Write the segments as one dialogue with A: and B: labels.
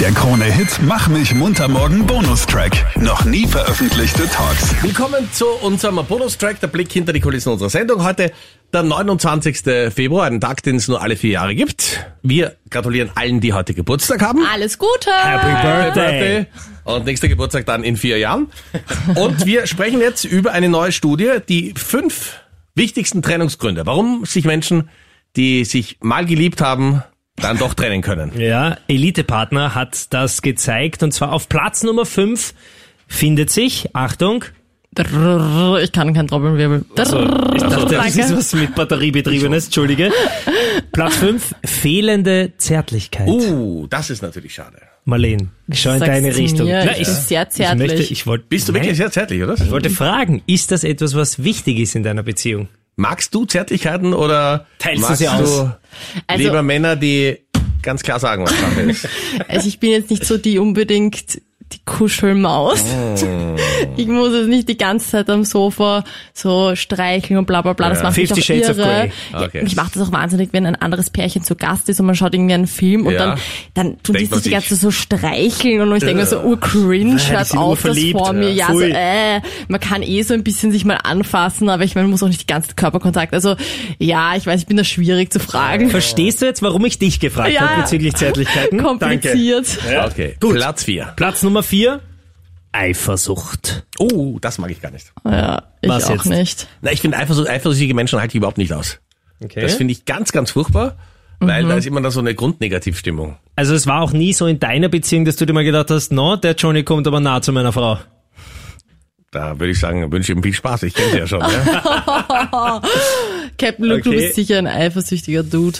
A: Der Krone-Hit Mach mich munter morgen Bonustrack. Noch nie veröffentlichte Talks.
B: Willkommen zu unserem Bonustrack, der Blick hinter die Kulissen unserer Sendung. Heute der 29. Februar, ein Tag, den es nur alle vier Jahre gibt. Wir gratulieren allen, die heute Geburtstag haben.
C: Alles Gute!
B: Birthday. Und nächster Geburtstag dann in vier Jahren. Und wir sprechen jetzt über eine neue Studie, die fünf wichtigsten Trennungsgründe, warum sich Menschen, die sich mal geliebt haben, dann doch trennen können.
D: Ja, Elite-Partner hat das gezeigt und zwar auf Platz Nummer 5 findet sich, Achtung,
C: Drrrr, Ich kann keinen Trommelwirbel. Drrrr,
D: ich dachte, das
C: danke.
D: ist was mit Batteriebetriebenes, Entschuldige. Platz 5, fehlende Zärtlichkeit.
B: Uh, das ist natürlich schade.
D: Marleen, ich schau in
C: Sagst
D: deine
C: du
D: Richtung.
C: mir,
D: Na,
C: ich bin sehr
D: Ich möchte,
C: zärtlich.
D: ich wollte,
B: Bist du
D: Nein,
B: wirklich sehr zärtlich, oder?
D: Ich wollte fragen, ist das etwas, was wichtig ist in deiner Beziehung?
B: Magst du Zärtlichkeiten oder
D: Teilst du
B: magst
D: sie aus?
C: Also-
B: lieber Männer, die ganz klar sagen, was Sache ist?
C: Also ich bin jetzt nicht so die unbedingt die Kuschelmaus. Ich muss jetzt nicht die ganze Zeit am Sofa so streicheln und bla bla bla. Das
B: Ja.
C: macht mich auch
D: Fifty Shades of
C: irre.
D: Grey.
C: Ja,
B: Okay.
C: Mich macht das auch wahnsinnig, wenn ein anderes Pärchen zu Gast ist und man schaut irgendwie einen Film und
B: Ja.
C: dann, dann tun die
B: Denkt man
C: sich die ganze
B: sich.
C: Zeit so streicheln und ich denke mir so, oh cringe,
D: die
C: hört
D: sind
C: auf das
D: urverliebt.
C: vor mir. Ja, so,
D: Pfui.
C: äh, man kann eh so ein bisschen sich mal anfassen, aber ich meine, man muss auch nicht die ganze Zeit Körperkontakt. Also ja, ich weiß, ich bin da schwierig zu fragen.
D: Verstehst du jetzt, warum ich dich gefragt
C: Ja.
D: habe bezüglich Zärtlichkeiten?
C: Kompliziert.
B: Okay, Gut. Platz vier.
D: Platz Nummer 4, Eifersucht.
B: Oh, das mag ich gar nicht.
C: Ja, ich
D: Was
C: auch
D: jetzt?
C: nicht.
B: Na, ich finde eifersü- eifersüchtige Menschen halte ich überhaupt nicht aus.
D: Okay.
B: Das finde ich ganz, ganz furchtbar, weil da ist immer dann so eine Grundnegativstimmung.
D: Also es war auch nie so in deiner Beziehung, dass du dir mal gedacht hast, no, der Johnny kommt aber nah zu meiner Frau.
B: Da würde ich sagen, wünsche ich ihm viel Spaß. Ich kenne sie ja schon. Ja?
C: Captain Luke, du
D: Okay.
C: bist sicher ein eifersüchtiger Dude.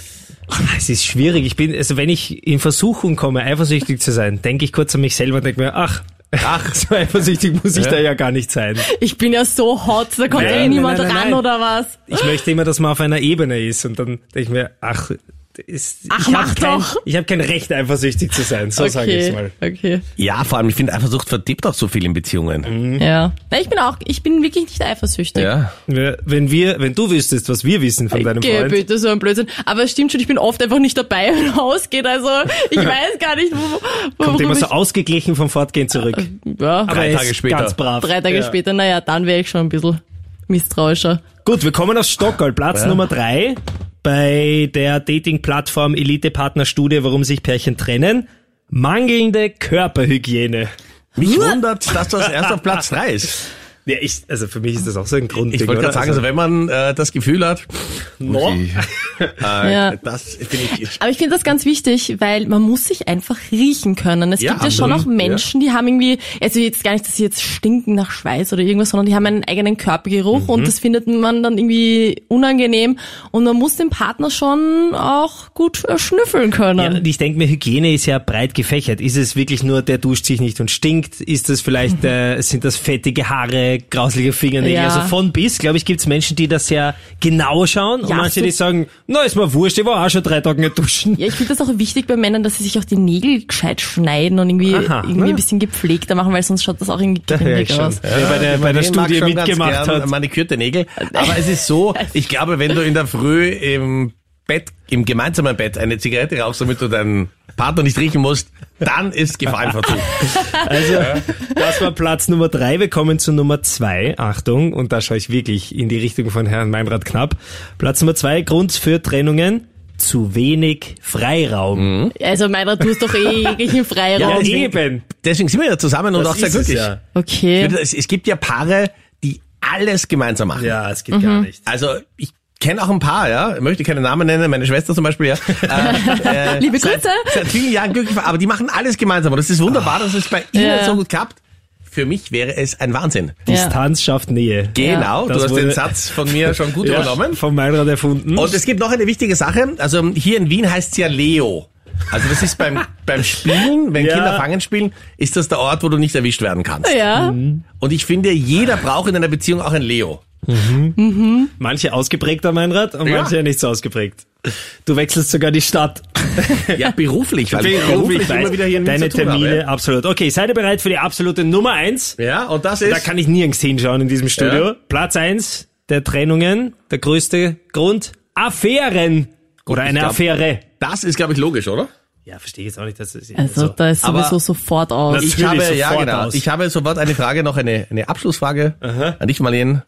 D: Es ist schwierig. Ich bin, also wenn ich in Versuchung komme, eifersüchtig zu sein, denke ich kurz an mich selber und denke mir, ach, ach, so eifersüchtig muss ich da ja gar nicht sein.
C: Ich bin ja so hot, da kommt
D: Nein,
C: eh
D: nein,
C: niemand
D: nein, nein,
C: ran
D: nein.
C: oder was?
D: Ich möchte immer, dass man auf einer Ebene ist und dann denke ich mir, ach, ist,
C: Ach,
D: ich
C: mach
D: habe kein,
C: doch.
D: ich hab kein Recht, eifersüchtig zu sein. So
C: okay,
D: sage ich mal.
C: okay.
B: ja, vor allem, ich finde Eifersucht verdirbt auch so viel in Beziehungen.
D: Hm?
C: Ja. Na, ich bin auch, ich bin wirklich nicht eifersüchtig.
B: Mhm. Ja.
D: Wir- Wenn wir, wenn du wüsstest, was wir wissen von deinem
C: Äh, Geh
D: Freund.
C: bitte, so ein Blödsinn. Aber es stimmt schon, ich bin oft einfach nicht dabei, wenn er ausgeht. Also ich weiß gar nicht, wo, wo
D: Kommt immer
C: worum
D: so ausgeglichen vom Fortgehen zurück.
C: ich, ja,
D: Aber
B: Drei
D: er ist
B: Tage später.
D: Ganz brav.
C: Äh, drei Tage
D: Ja.
C: später, naja, dann wäre ich schon ein bisschen misstrauischer.
D: Gut, wir kommen auf Stockholm, Platz Nummer drei bei der Dating-Plattform Elite-Partner-Studie, warum sich Pärchen trennen. Mangelnde Körperhygiene.
B: Mich wundert, dass das erst auf Platz drei ist.
D: Ja, ich, also für mich ist das auch so ein Grundding,
B: Ich wollte
D: oder?
B: gerade sagen, also, wenn man äh, das Gefühl hat,
D: No.
B: muss ich, äh,
C: Ja.
B: das finde ich
C: Aber ich finde das ganz wichtig, weil man muss sich einfach riechen können. Es
B: Ja,
C: gibt ja schon auch
B: absolut,
C: Menschen, die haben irgendwie, also jetzt gar nicht, dass sie jetzt stinken nach Schweiß oder irgendwas, sondern die haben einen eigenen Körpergeruch und das findet man dann irgendwie unangenehm. Und man muss den Partner schon auch gut äh, schnüffeln
D: ja,
C: können.
D: und ich denke mir, Hygiene ist ja breit gefächert. Ist es wirklich nur, der duscht sich nicht und stinkt? Ist das vielleicht, äh, sind das fettige Haare, grausliche Fingernägel?
C: Ja.
D: Also von bis, glaube ich, gibt's Menschen, die das sehr genau schauen und
C: Ja,
D: manche, die
C: so-
D: sagen, na, ist mir wurscht, ich war auch schon drei Tage nicht duschen.
C: Ja, ich finde das auch wichtig bei Männern, dass sie sich auch die Nägel gescheit schneiden und irgendwie,
D: Aha,
C: irgendwie
D: ne?
C: ein bisschen gepflegter machen, weil sonst schaut das auch irgendwie
D: Da höre ich
C: grimmig
D: schon.
C: aus.
D: Wer bei der, bei der
B: Ich mag
D: Studie
B: schon ganz
D: mitgemacht
B: gern
D: hat.
B: Manikürte Nägel. Aber es ist so, ich glaube, wenn du in der Früh im Bett, im gemeinsamen Bett eine Zigarette rauchst, damit du deinen Partner nicht riechen musst, dann ist Gefahrenverzug.
D: Also, das war Platz Nummer drei. Wir kommen zu Nummer zwei. Achtung, und da schaue ich wirklich in die Richtung von Herrn Meinrad Knapp. Platz Nummer zwei, Grund für Trennungen. Zu wenig
B: Mhm.
D: Freiraum.
C: Also meiner, du hast doch eh jeglichen Freiraum.
D: Ja, eh.
B: deswegen-
D: eben.
B: Deswegen sind wir ja zusammen und
D: Das
B: auch sehr
D: ist es
B: glücklich.
D: Ja.
C: Okay.
B: Es, es gibt ja Paare, die alles gemeinsam machen.
D: ja, es geht gar Mhm. nicht.
B: Also ich kenne auch ein paar, ja, ich möchte keine Namen nennen, meine Schwester zum Beispiel, ja. Äh, äh,
C: Liebe Grüße.
B: seit vielen Jahren glücklich war, aber die machen alles gemeinsam und das ist wunderbar, dass es bei ihnen
C: Ja.
B: so gut klappt. Für mich wäre es ein Wahnsinn.
D: Distanz schafft Nähe.
B: Genau,
D: Ja.
B: du
D: Das
B: hast
D: wurde-
B: den Satz von mir schon gut übernommen.
D: Von Meinrad erfunden.
B: Und es gibt noch eine wichtige Sache. Also hier in Wien heißt es ja Leo. Also das ist beim, beim Spielen, wenn
D: Ja.
B: Kinder fangen spielen, ist das der Ort, wo du nicht erwischt werden kannst.
C: Ja.
B: Und ich finde, jeder braucht in einer Beziehung auch ein Leo.
D: manche ausgeprägter Meinrad und
B: Ja.
D: manche nicht so ausgeprägt. Du wechselst sogar die Stadt.
B: Ja, beruflich, weil ich beruflich
D: Beruflich weiß,
B: immer wieder hier in Wien
D: Deine
B: zu tun
D: Termine,
B: habe.
D: absolut. Okay, seid ihr bereit für die absolute Nummer eins?
B: Ja, und das ist...
D: Da kann ich nirgends hinschauen in diesem Studio.
B: Ja.
D: Platz eins der Trennungen, der größte Grund, Affären. Oder
B: ich
D: eine
B: glaub-
D: Affäre.
B: Das ist, glaube ich, logisch, oder?
D: Ja, verstehe ich jetzt auch nicht, dass es.
C: Also da ist
B: aber-
C: sowieso sofort aus.
D: Das-
B: Ich habe,
D: Natürlich
B: ja,
D: sofort
B: genau.
D: aus.
B: Ich habe sofort eine Frage, noch eine, eine Abschlussfrage an dich, Marlene.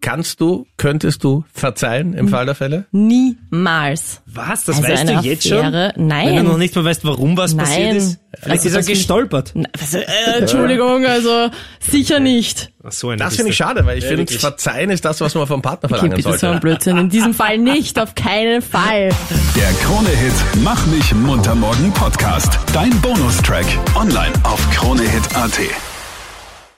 B: Kannst du, könntest du verzeihen im Fall der Fälle?
C: Niemals.
D: Was? Das
C: Also
D: weißt du
C: eine
D: jetzt
C: Affäre?
D: schon?
C: Nein.
D: Wenn du noch nicht mal weißt, warum was
C: Nein.
D: passiert ist. Vielleicht
C: Also
D: ist er
C: das finde ich-
D: gestolpert.
C: Na, was, äh, Entschuldigung, also sicher nicht.
D: Ach, so eine
B: Das finde ich schade, weil ich
D: Ja,
B: finde,
D: wirklich.
B: Verzeihen ist das, was man vom Partner
C: Okay,
B: verlangen
C: bitte so ein
B: sollte.
C: Blödsinn. In diesem Fall nicht, auf keinen Fall.
A: Der Krone-Hit Mach mich munter morgen Podcast. Dein Bonustrack. Online auf kronehit.at.